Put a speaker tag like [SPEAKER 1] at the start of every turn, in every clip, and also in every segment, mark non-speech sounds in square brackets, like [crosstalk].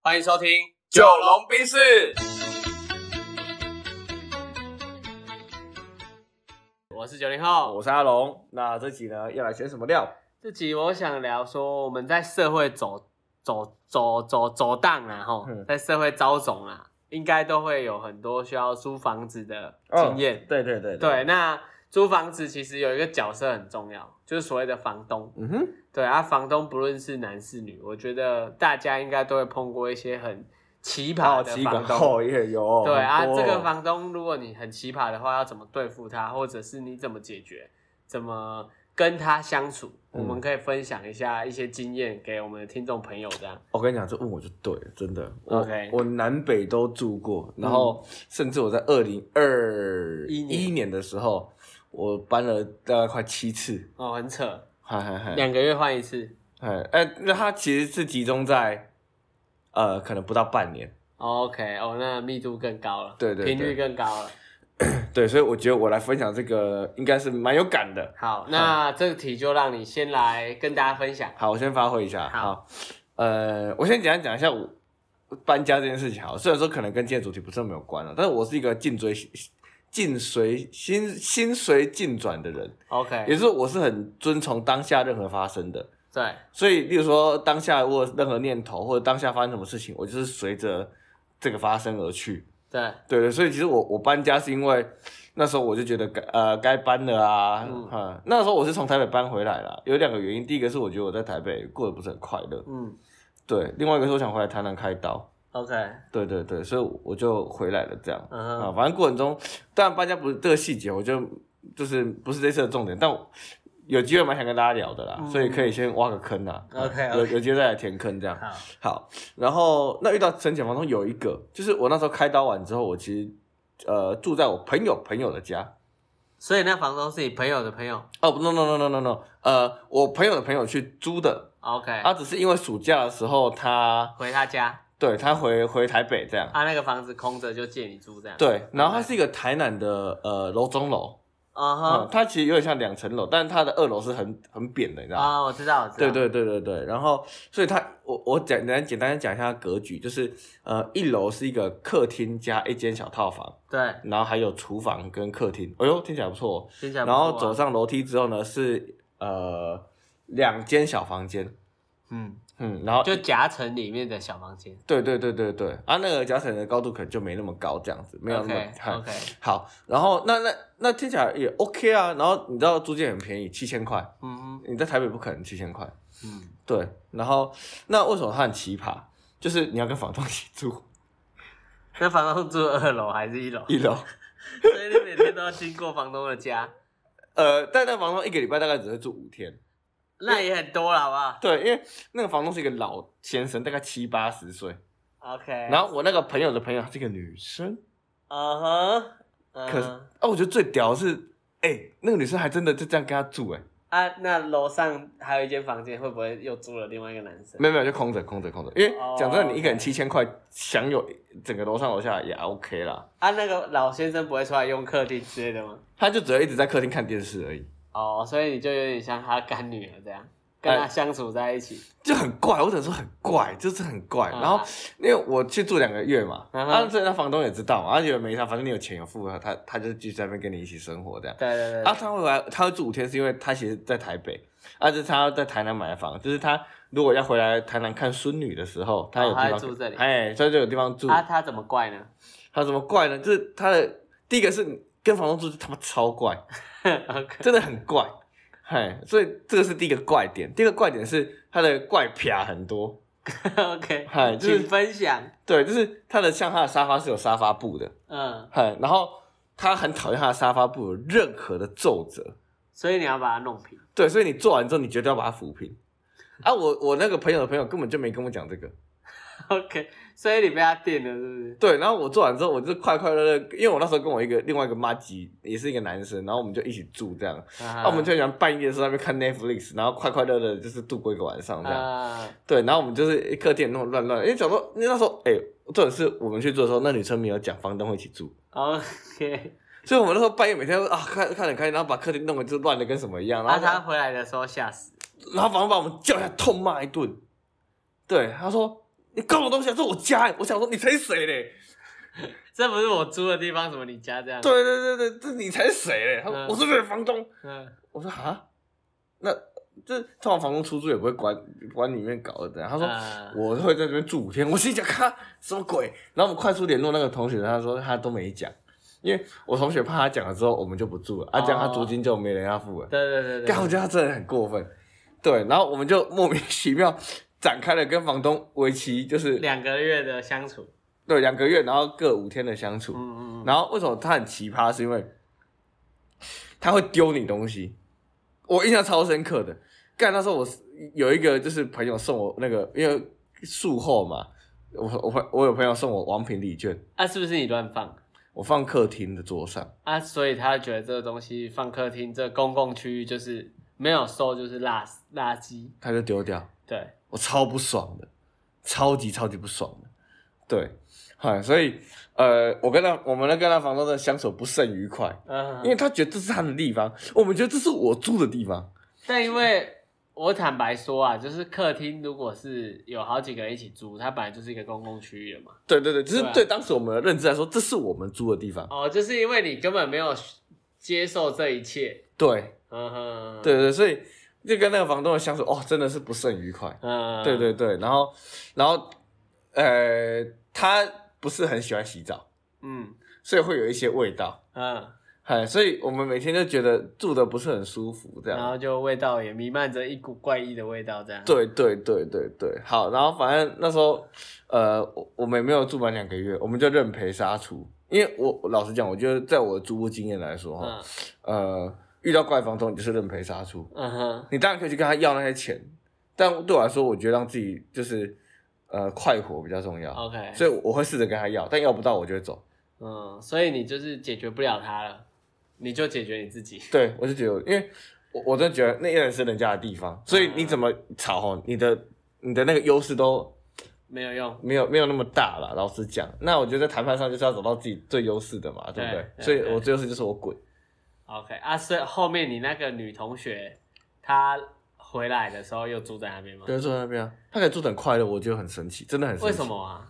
[SPEAKER 1] 欢迎收听《
[SPEAKER 2] 九龙冰室，
[SPEAKER 1] 我是九零后。
[SPEAKER 2] 我是阿龙。那这集呢，要来选什么料？
[SPEAKER 1] 这集我想聊说，我们在社会走走走走走荡啊，吼，
[SPEAKER 2] 嗯
[SPEAKER 1] 在社会招总啊，应该都会有很多需要租房子的经验。
[SPEAKER 2] 哦对对对
[SPEAKER 1] 对，，那租房子其实有一个角色很重要，就是所谓的房东。
[SPEAKER 2] 嗯哼，
[SPEAKER 1] 对啊，房东不论是男是女，我觉得大家应该都会碰过一些很奇葩
[SPEAKER 2] 好
[SPEAKER 1] 的
[SPEAKER 2] 奇怪
[SPEAKER 1] 房东。
[SPEAKER 2] 哦，也有
[SPEAKER 1] 对啊，
[SPEAKER 2] 很多哦
[SPEAKER 1] 这个房东如果你很奇葩的话，要怎么对付他，或者是你怎么解决，怎么跟他相处，
[SPEAKER 2] 嗯
[SPEAKER 1] 我们可以分享一下一些经验给我们的听众朋友，这样
[SPEAKER 2] 我跟你讲，这问我就对了，真的。我
[SPEAKER 1] OK
[SPEAKER 2] 我南北都住过，然后甚至我在二零二
[SPEAKER 1] 一年
[SPEAKER 2] 一年的时候，我搬了大概快七次，
[SPEAKER 1] 哦，很扯，
[SPEAKER 2] 嗨嗨嗨，
[SPEAKER 1] 两个月换一次
[SPEAKER 2] 哎哎，那它其实是集中在呃，可能不到半年。
[SPEAKER 1] 哦，OK，哦，那密度更高了，
[SPEAKER 2] 对对对
[SPEAKER 1] 频率更高了。
[SPEAKER 2] 对，所以我觉得我来分享这个应该是蛮有感的。
[SPEAKER 1] 好，那这个题就让你先来跟大家分享。
[SPEAKER 2] 好，我先发挥一下。
[SPEAKER 1] 好
[SPEAKER 2] 呃，我先简单讲一下我搬家这件事情。好了，虽然说可能跟今天主题不是那么有关了，但是我是一个进追进随心心随境转的人，也
[SPEAKER 1] OK，
[SPEAKER 2] 就是我是很遵从当下任何发生的。
[SPEAKER 1] 对，
[SPEAKER 2] 所以，例如说当下我有任何念头或者当下发生什么事情，我就是随着这个发生而去。
[SPEAKER 1] 对，
[SPEAKER 2] 对对，所以其实我我搬家是因为那时候我就觉得该呃该搬了啊，
[SPEAKER 1] 嗯
[SPEAKER 2] 嗯那时候我是从台北搬回来啦，有两个原因，第一个是我觉得我在台北过得不是很快乐，
[SPEAKER 1] 嗯
[SPEAKER 2] 对，另外一个是我想回来台南开刀，
[SPEAKER 1] ，OK，
[SPEAKER 2] 对对对，所以我就回来了这样，
[SPEAKER 1] 嗯
[SPEAKER 2] 啊，
[SPEAKER 1] 哼，
[SPEAKER 2] 反正过程中，当然搬家不是这个细节，我就就是不是这次的重点，但我有机会蛮想跟大家聊的啦，
[SPEAKER 1] 嗯
[SPEAKER 2] 所以可以先挖个坑啊
[SPEAKER 1] OK，OK
[SPEAKER 2] 有有机会再来填坑这样，
[SPEAKER 1] 好，
[SPEAKER 2] 好，然后那遇到申请房东有一个，就是我那时候开刀完之后，我其实呃住在我朋友朋友的家。
[SPEAKER 1] 所以那房东是你朋友的朋友
[SPEAKER 2] 哦、不 n o no no no no no，呃，我朋友的朋友去租的，
[SPEAKER 1] ，OK，
[SPEAKER 2] 他、只是因为暑假的时候他
[SPEAKER 1] 回他家。
[SPEAKER 2] 对他回回台北这样，
[SPEAKER 1] 他那个房子空着就借你住这样。，
[SPEAKER 2] 对，然后他是一个台南的呃楼中楼，
[SPEAKER 1] 啊
[SPEAKER 2] 嗯
[SPEAKER 1] 哈，
[SPEAKER 2] 它其实有点像两层楼，但是它的二楼是很很扁的，你知道吗？
[SPEAKER 1] 啊，我知道，我知道。
[SPEAKER 2] 对，对对对对，然后所以它我我简单简单讲一下格局，就是呃一楼是一个客厅加一间小套房，
[SPEAKER 1] 对，
[SPEAKER 2] 然后还有厨房跟客厅。哎呦，听起来不错哦。
[SPEAKER 1] 听起来不
[SPEAKER 2] 然
[SPEAKER 1] 错啊。
[SPEAKER 2] 后走上楼梯之后呢，是呃两间小房间，
[SPEAKER 1] 嗯，
[SPEAKER 2] 嗯，然后
[SPEAKER 1] 就夹层里面的小房间。
[SPEAKER 2] 对对对对对，啊，那个夹层的高度可能就没那么高，这样子没有那么
[SPEAKER 1] OK
[SPEAKER 2] 嗨
[SPEAKER 1] OK，
[SPEAKER 2] 好。然后那那那听起来也 OK 啊。然后你知道租金很便宜，七千块，
[SPEAKER 1] 嗯哼
[SPEAKER 2] 你在台北不可能七千块。
[SPEAKER 1] 嗯，
[SPEAKER 2] 对，然后那为什么它很奇葩？就是你要跟房东一起住
[SPEAKER 1] 那房东住二楼还是一
[SPEAKER 2] [laughs]
[SPEAKER 1] 楼？
[SPEAKER 2] 一楼，
[SPEAKER 1] 所以你每天都要经过房东的家，
[SPEAKER 2] 呃，但那房东一个礼拜大概只会住五天。
[SPEAKER 1] 那也很多了，好不好
[SPEAKER 2] 对，因为那个房东是一个老先生，大概七八十岁。
[SPEAKER 1] ？OK。
[SPEAKER 2] 然后我那个朋友的朋友她是一个女生，
[SPEAKER 1] 嗯哼，嗯
[SPEAKER 2] 可是
[SPEAKER 1] 哼
[SPEAKER 2] 啊，我觉得最屌的是，哎、那个女生还真的就这样跟他住、哎，
[SPEAKER 1] 啊，那楼上还有一间房间，会不会又租了另外一个男生？
[SPEAKER 2] 没有没有，就空着空着空着，因为
[SPEAKER 1] 哦
[SPEAKER 2] 讲真的，你一个人
[SPEAKER 1] OK
[SPEAKER 2] 七千块，享有整个楼上楼下也 OK 啦。
[SPEAKER 1] 啊，那个老先生不会出来用客厅之类的吗？
[SPEAKER 2] 他就只会一直在客厅看电视而已，
[SPEAKER 1] 哦，所以你就有点像他干女儿这样，跟他
[SPEAKER 2] 哎
[SPEAKER 1] 相处在一起。
[SPEAKER 2] 就很怪，我只能说很怪，就是很怪。
[SPEAKER 1] 嗯
[SPEAKER 2] 然后因为我去住两个月嘛，
[SPEAKER 1] 嗯哼
[SPEAKER 2] 啊，所以那房东也知道嘛，他觉得没啥，反正你有钱有富，他他就继续在那边跟你一起生活这样。
[SPEAKER 1] 对对对
[SPEAKER 2] 啊，
[SPEAKER 1] 对，
[SPEAKER 2] 他会来，他会住五天，是因为他其实在台北，啊，就是他要在台南买房，就是他如果要回来台南看孙女的时候，他有
[SPEAKER 1] 哦
[SPEAKER 2] 地
[SPEAKER 1] 他
[SPEAKER 2] 方、
[SPEAKER 1] 会住这里
[SPEAKER 2] 哎，所以就有地方住。
[SPEAKER 1] 啊，他怎么怪呢？ [laughs]
[SPEAKER 2] 他怎么怪呢？就是他的第一个是跟房东住，他妈
[SPEAKER 1] [laughs]
[SPEAKER 2] 超怪，
[SPEAKER 1] OK，
[SPEAKER 2] 真的很怪，嗨，所以这个是第一个怪点。第二个怪点是他的怪癖很多，
[SPEAKER 1] [laughs] OK，
[SPEAKER 2] 嗨，就是
[SPEAKER 1] 请分享。
[SPEAKER 2] 对，就是他的像他的沙发是有沙发布的，
[SPEAKER 1] 嗯，
[SPEAKER 2] 嗨，然后他很讨厌他的沙发布有任何的皱褶，
[SPEAKER 1] 所以你要把它弄平。
[SPEAKER 2] 对，所以你做完之后，你绝对要把它抚平。啊，我我那个朋友的朋友根本就没跟我讲这个，
[SPEAKER 1] OK，所以你被他电了，是不是？
[SPEAKER 2] 对，然后我做完之后，我就快快乐乐，因为我那时候跟我一个另外一个妈吉也是一个男生，然后我们就一起住这样，
[SPEAKER 1] 啊
[SPEAKER 2] 啊，我们就喜欢半夜的时候在那边看 Netflix，然后快快乐乐地就是度过一个晚上这样，
[SPEAKER 1] 啊，
[SPEAKER 2] 对，然后我们就是客店弄乱乱，因为想说那时候，哎、重点是我们去住的时候，那女生没有讲房东会一起住，
[SPEAKER 1] OK，
[SPEAKER 2] 所以我们那时候半夜每天都啊看看得很开心，然后把客厅弄得就乱的跟什么一样，然
[SPEAKER 1] 啊，
[SPEAKER 2] 后、
[SPEAKER 1] 他回来的时候吓死。
[SPEAKER 2] 然后房东把我们叫来痛骂一顿，对，他说。你搞我东西啊，这是我家欸，我想说你才谁嘞？
[SPEAKER 1] 这不是我租的地方，怎么你家这样？，
[SPEAKER 2] 对对对对，这你才谁嘞？他说
[SPEAKER 1] 嗯
[SPEAKER 2] 我是这房东。
[SPEAKER 1] 嗯，
[SPEAKER 2] 我说啊，那这通常房东出租也不会管管里面搞的怎样。他说、
[SPEAKER 1] 啊
[SPEAKER 2] 我会在这边住五天，我心想看什么鬼。然后我们快速联络那个同学，他说他都没讲，因为我同学怕他讲了之后我们就不住了，啊，这样他
[SPEAKER 1] 哦
[SPEAKER 2] 租金就没人要付了。
[SPEAKER 1] 对对对对，
[SPEAKER 2] 但我觉得他真的很过分，对，然后我们就莫名其妙展开了跟房东为期就是
[SPEAKER 1] 两个月的相处，
[SPEAKER 2] 对两个月，然后各五天的相处。
[SPEAKER 1] 嗯嗯嗯，
[SPEAKER 2] 然后为什么他很奇葩？是因为他会丢你东西，我印象超深刻的。干那时候我是有一个就是朋友送我那个，因为术后嘛，我我朋我有朋友送我王品礼券，
[SPEAKER 1] 啊，是不是你乱放
[SPEAKER 2] 我放客厅的桌上，
[SPEAKER 1] 啊？所以他觉得这个东西放客厅这公共区域就是没有收就是垃垃圾，
[SPEAKER 2] 他就丢掉，
[SPEAKER 1] 对，
[SPEAKER 2] 我超不爽的，超级超级不爽的，对，嗨，所以呃，我跟他我们跟他房东的相处不甚愉快，
[SPEAKER 1] 嗯，
[SPEAKER 2] 因为他觉得这是他的地方，我们觉得这是我住的地方，
[SPEAKER 1] 但因为我坦白说啊，就是客厅如果是有好几个人一起租，它本来就是一个公共区域了嘛。
[SPEAKER 2] 对对对，只是
[SPEAKER 1] 对啊
[SPEAKER 2] 对当时我们的认知来说，这是我们租的地方。
[SPEAKER 1] 哦，就是因为你根本没有接受这一切。
[SPEAKER 2] 对
[SPEAKER 1] 嗯哼，
[SPEAKER 2] 对，对，所以就跟那个房东的相处，哦，真的是不甚愉快。
[SPEAKER 1] 嗯，
[SPEAKER 2] 对对对，然后然后呃，他不是很喜欢洗澡，
[SPEAKER 1] 嗯，
[SPEAKER 2] 所以会有一些味道。
[SPEAKER 1] 嗯
[SPEAKER 2] 哎，所以我们每天就觉得住的不是很舒服，这
[SPEAKER 1] 然
[SPEAKER 2] 样。
[SPEAKER 1] 后就味道也弥漫着一股怪异的味道，这样。，
[SPEAKER 2] 啊对对对对对，好，然后反正那时候，呃，我我们也没有住满两个月，我们就认赔杀出。因为我我老实讲，我觉得在我的租屋经验来说，哈、
[SPEAKER 1] 嗯
[SPEAKER 2] 呃，遇到怪房东，你就是认赔杀出。
[SPEAKER 1] 嗯哼，
[SPEAKER 2] 你当然可以去跟他要那些钱，但对我来说，我觉得让自己就是呃快活比较重要。
[SPEAKER 1] OK
[SPEAKER 2] 所以我会试着跟他要，但要不到我就会走。
[SPEAKER 1] 嗯，所以你就是解决不了它了，你就解决你自己。
[SPEAKER 2] 对我就觉得，因为我我真的觉得那也是人家的地方，所以你怎么吵吼，你的你的那个优势都
[SPEAKER 1] 没有用，
[SPEAKER 2] 没有没有那么大了。老实讲，那我觉得在谈判上就是要找到自己最优势的嘛，对不对？
[SPEAKER 1] 对
[SPEAKER 2] 所以
[SPEAKER 1] 对
[SPEAKER 2] 我最优势就是我滚。
[SPEAKER 1] OK 啊，是后面你那个女同学，她回来的时候又住在那边吗？
[SPEAKER 2] 对，坐在那边啊，他可以住得很快乐，我就很生气，真的很生气。
[SPEAKER 1] 为什？么啊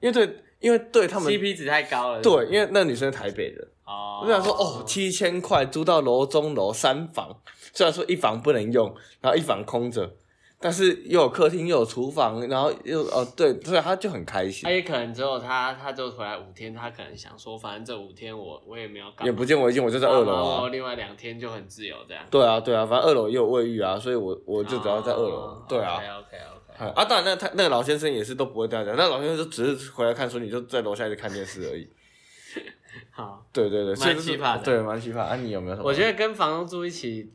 [SPEAKER 2] 因为对，因为对他们
[SPEAKER 1] ？CP 值太高了。
[SPEAKER 2] 对，因为那女生是台北人。
[SPEAKER 1] 哦，
[SPEAKER 2] 我想说，哦，七千块租到楼中楼三房，虽然说一房不能用，然后一房空着，但是又有客厅又有厨房，然后又哦对，所以他就很开心
[SPEAKER 1] 他，也可能只有他，他就回来五天，他可能想说，反正这五天我我也没有干嘛，
[SPEAKER 2] 眼不见为净，我就在
[SPEAKER 1] 然后
[SPEAKER 2] 二楼
[SPEAKER 1] 我
[SPEAKER 2] 啊。
[SPEAKER 1] 另外两天就很自由这样。
[SPEAKER 2] 对啊，对啊，反正二楼也有卫浴啊，所以我我就只要在二楼。
[SPEAKER 1] 哦
[SPEAKER 2] 对啊，
[SPEAKER 1] OK OK
[SPEAKER 2] 哎啊，当然那他那个老先生也是都不会这样讲，那老先生就只是回来看书，你就在楼下一直看电视
[SPEAKER 1] [laughs]
[SPEAKER 2] 而已。
[SPEAKER 1] OK，好。
[SPEAKER 2] 对对对，所以
[SPEAKER 1] 蛮
[SPEAKER 2] 就是
[SPEAKER 1] 奇葩的
[SPEAKER 2] 对，蛮奇葩。啊，你有没有什么？
[SPEAKER 1] 我觉得跟房东住一起，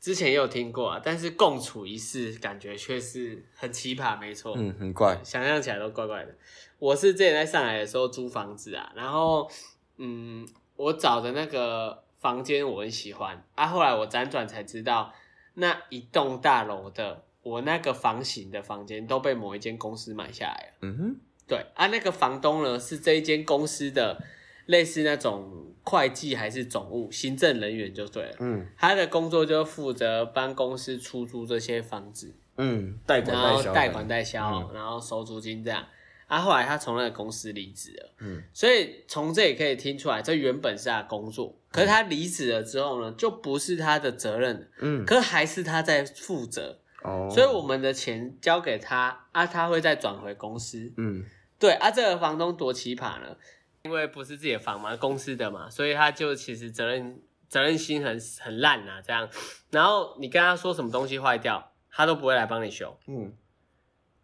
[SPEAKER 1] 之前也有听过啊，但是共处一室，感觉却是很奇葩，没错。
[SPEAKER 2] 嗯很怪，
[SPEAKER 1] 想象起来都怪怪的。我是之前在上海的时候租房子啊，然后嗯，我找的那个房间我很喜欢啊，后来我辗转才知道，那一栋大楼的我那个房型的房间都被某一间公司买下来了。
[SPEAKER 2] 嗯哼，
[SPEAKER 1] 对啊，那个房东呢是这一间公司的类似那种会计还是总务行政人员就对了。
[SPEAKER 2] 嗯
[SPEAKER 1] 他的工作就是负责帮公司出租这些房子，
[SPEAKER 2] 嗯，贷款
[SPEAKER 1] 然
[SPEAKER 2] 代
[SPEAKER 1] 后
[SPEAKER 2] 销，嗯
[SPEAKER 1] 贷款代销，然后收租金这样。啊，后来他从那个公司离职了，
[SPEAKER 2] 嗯
[SPEAKER 1] 所以从这也可以听出来，这原本是他的工作，
[SPEAKER 2] 嗯
[SPEAKER 1] 可是他离职了之后呢，就不是他的责任了，
[SPEAKER 2] 嗯，
[SPEAKER 1] 可还是他在负责，
[SPEAKER 2] 哦，
[SPEAKER 1] 所以我们的钱交给他，啊，他会再转回公司。
[SPEAKER 2] 嗯。
[SPEAKER 1] 对，啊，这个房东多奇葩呢，因为不是自己的房嘛，公司的嘛，所以他就其实责任责任心很很烂啊，这样。然后你跟他说什么东西坏掉，他都不会来帮你修。 [laughs]
[SPEAKER 2] 嗯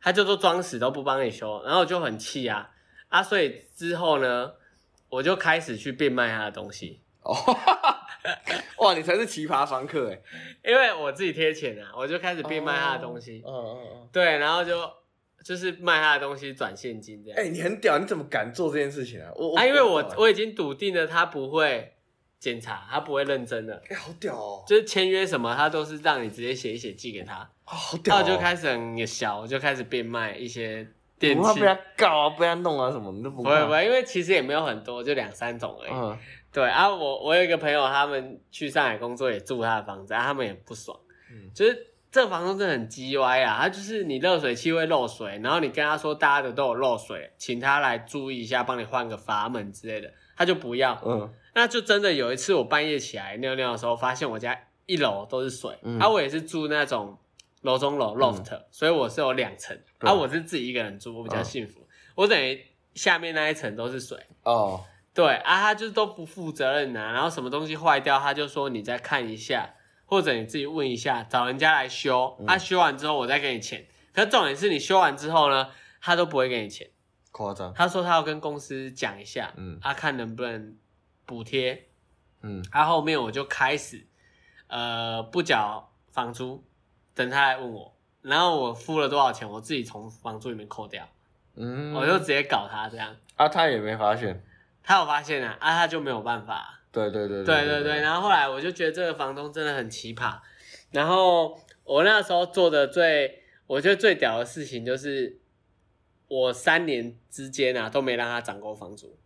[SPEAKER 1] 他就说装死都不帮你修，然后我就很气啊啊！所以之后呢，我就开始去变卖他的东西，
[SPEAKER 2] 哦，哇，你才是奇葩房客哎！
[SPEAKER 1] 因为我自己贴钱啊，我就开始
[SPEAKER 2] 哦
[SPEAKER 1] 变欸卖他的东西，
[SPEAKER 2] 嗯嗯嗯。
[SPEAKER 1] 对，然后就就是卖他的东西转现金这样、
[SPEAKER 2] 哎、你很屌，你怎么敢做这件事情啊？我
[SPEAKER 1] 啊，因为我我已经笃定了他不会检查，他不会认真的，
[SPEAKER 2] 哎、好屌哦，
[SPEAKER 1] 就是签约什么他都是让你直接写一写寄给他，
[SPEAKER 2] 啊好
[SPEAKER 1] 然
[SPEAKER 2] 屌、
[SPEAKER 1] 后
[SPEAKER 2] 哦！
[SPEAKER 1] 我就开始很小，我就开始变卖一些电
[SPEAKER 2] 不怕
[SPEAKER 1] 器
[SPEAKER 2] 被。他告啊，被他弄啊什么，你都不
[SPEAKER 1] 不
[SPEAKER 2] 怕。
[SPEAKER 1] 会不会，因为其实也没有很多，就两三种而已。
[SPEAKER 2] 嗯，
[SPEAKER 1] 对啊，我我有一个朋友，他们去上海工作也住他的房子，啊、他们也不爽，
[SPEAKER 2] 嗯
[SPEAKER 1] 就是这个房东真的很鸡歪啊！他就是你热水器会漏水，然后你跟他说大家的都有漏水，请他来注意一下，帮你换个阀门之类的，他就不要。
[SPEAKER 2] 嗯
[SPEAKER 1] 那就真的有一次我半夜起来尿尿的时候，发现我家一楼都是水，
[SPEAKER 2] 嗯
[SPEAKER 1] 啊，我也是住那种楼中楼 loft，、所以我是有两层，
[SPEAKER 2] 对
[SPEAKER 1] 啊，我是自己一个人住，我比较
[SPEAKER 2] 嗯
[SPEAKER 1] 幸福，我等于下面那一层都是水。
[SPEAKER 2] 哦，
[SPEAKER 1] 对啊，他就是都不负责任啊，然后什么东西坏掉，他就说你再看一下，或者你自己问一下，找人家来修。
[SPEAKER 2] 嗯
[SPEAKER 1] 啊，修完之后我再给你钱。可重点是你修完之后呢，他都不会给你钱，
[SPEAKER 2] 夸张，
[SPEAKER 1] 他说他要跟公司讲一下，
[SPEAKER 2] 嗯
[SPEAKER 1] 啊，看能不能补贴。
[SPEAKER 2] 嗯
[SPEAKER 1] 他、后面我就开始，呃，不缴房租，等他来问我，然后我付了多少钱，我自己从房租里面扣掉，
[SPEAKER 2] 嗯，
[SPEAKER 1] 我就直接搞他这样。
[SPEAKER 2] 啊，他也没发现，
[SPEAKER 1] 他有发现啊，啊，他就没有办法啊、
[SPEAKER 2] 对对
[SPEAKER 1] 对
[SPEAKER 2] 对
[SPEAKER 1] 对
[SPEAKER 2] 对
[SPEAKER 1] 对，，然后后来我就觉得这个房东真的很奇葩。然后我那时候做的最，我觉得最屌的事情就是，我三年之间啊都没让他涨过房租，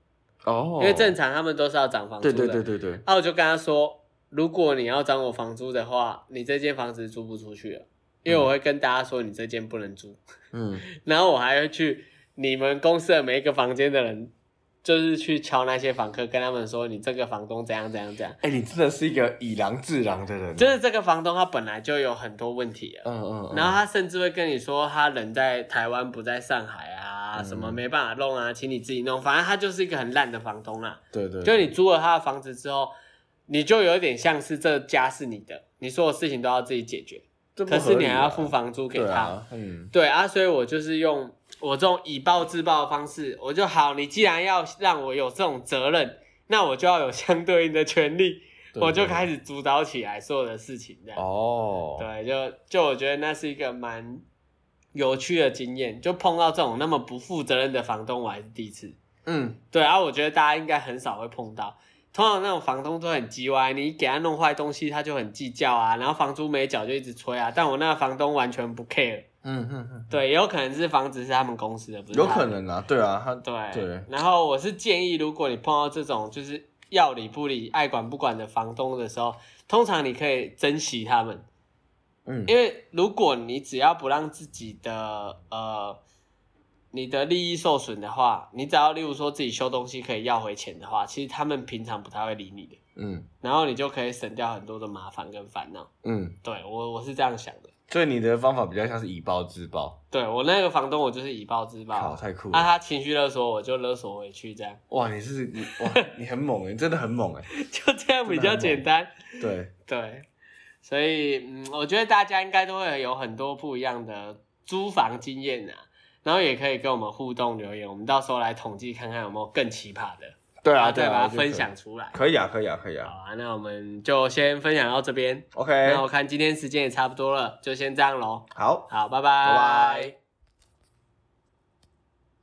[SPEAKER 2] 哦，
[SPEAKER 1] 因为正常他们都是要涨房租
[SPEAKER 2] 对
[SPEAKER 1] 的。
[SPEAKER 2] 对对对对，
[SPEAKER 1] 啊，我就跟他说，如果你要涨我房租的话，你这间房子租不出去了，因为我会跟大家说你这间不能租，
[SPEAKER 2] 嗯
[SPEAKER 1] 然后我还会去你们公司的每一个房间的人。就是去敲那些房客，跟他们说你这个房东怎样怎样怎样，
[SPEAKER 2] 哎、你真的是一个以狼治狼的人。
[SPEAKER 1] 就是这个房东他本来就有很多问题了，
[SPEAKER 2] 嗯嗯，嗯
[SPEAKER 1] 然后他甚至会跟你说他人在台湾不在上海啊，
[SPEAKER 2] 嗯
[SPEAKER 1] 什么没办法弄啊，请你自己弄。反正他就是一个很烂的房东啦。
[SPEAKER 2] 对对，
[SPEAKER 1] 就你租了他的房子之后，你就有点像是这家是你的，你所有事情都要自己解决，
[SPEAKER 2] 这不合
[SPEAKER 1] 可
[SPEAKER 2] 理啊
[SPEAKER 1] 是你还要付房租给
[SPEAKER 2] 对
[SPEAKER 1] 他。
[SPEAKER 2] 啊，嗯
[SPEAKER 1] 对啊，所以我就是用我这种以暴制暴的方式，我就好，你既然要让我有这种责任，那我就要有相对应的权利，
[SPEAKER 2] 对
[SPEAKER 1] 我就
[SPEAKER 2] 对
[SPEAKER 1] 开始主导起来所有的事情这样。
[SPEAKER 2] 哦，
[SPEAKER 1] 对，就就我觉得那是一个蛮有趣的经验，就碰到这种那么不负责任的房东，我还是第一次。
[SPEAKER 2] 嗯，
[SPEAKER 1] 对啊，我觉得大家应该很少会碰到。通常那种房东都很鸡歪，你给他弄坏东西，他就很计较啊，然后房租没缴就一直催啊。但我那个房东完全不 care，
[SPEAKER 2] 嗯嗯嗯，
[SPEAKER 1] 对，也有可能是房子是他们公司的，不是
[SPEAKER 2] 有
[SPEAKER 1] 他
[SPEAKER 2] 可
[SPEAKER 1] 的
[SPEAKER 2] 能啊，对啊，他
[SPEAKER 1] 对
[SPEAKER 2] 对
[SPEAKER 1] 然后我是建议，如果你碰到这种就是要理不理、爱管不管的房东的时候，通常你可以珍惜他们，
[SPEAKER 2] 嗯，
[SPEAKER 1] 因为如果你只要不让自己的呃你的利益受损的话，你只要例如说自己修东西可以要回钱的话，其实他们平常不太会理你的，
[SPEAKER 2] 嗯
[SPEAKER 1] 然后你就可以省掉很多的麻烦跟烦恼。
[SPEAKER 2] 嗯，
[SPEAKER 1] 对我我是这样想的，
[SPEAKER 2] 所以你的方法比较像是以暴制暴，
[SPEAKER 1] 对我那个房东我就是以暴制
[SPEAKER 2] 靠，
[SPEAKER 1] 暴，
[SPEAKER 2] 太酷
[SPEAKER 1] 啊
[SPEAKER 2] 了，
[SPEAKER 1] 他情绪勒索我就勒索回去，这样 [laughs]
[SPEAKER 2] 哇，你是你哇，你很猛哎，你真的很猛哎，
[SPEAKER 1] 就这样比较简单。 [laughs]
[SPEAKER 2] 对，
[SPEAKER 1] 对，所以嗯，我觉得大家应该都会有很多不一样的租房经验啊，然后也可以跟我们互动留言，我们到时候来统计看看有没有更奇葩的，
[SPEAKER 2] 对
[SPEAKER 1] 然
[SPEAKER 2] 啊
[SPEAKER 1] 后再
[SPEAKER 2] 对
[SPEAKER 1] 把它
[SPEAKER 2] 啊，就可以
[SPEAKER 1] 分，享出来。
[SPEAKER 2] 可以啊可以啊可以
[SPEAKER 1] 好
[SPEAKER 2] 啊
[SPEAKER 1] 啊，那我们就先分享到这边。
[SPEAKER 2] ，OK，
[SPEAKER 1] 那我看今天时间也差不多了，就先这样喽。
[SPEAKER 2] 好，
[SPEAKER 1] 好，拜
[SPEAKER 2] 拜拜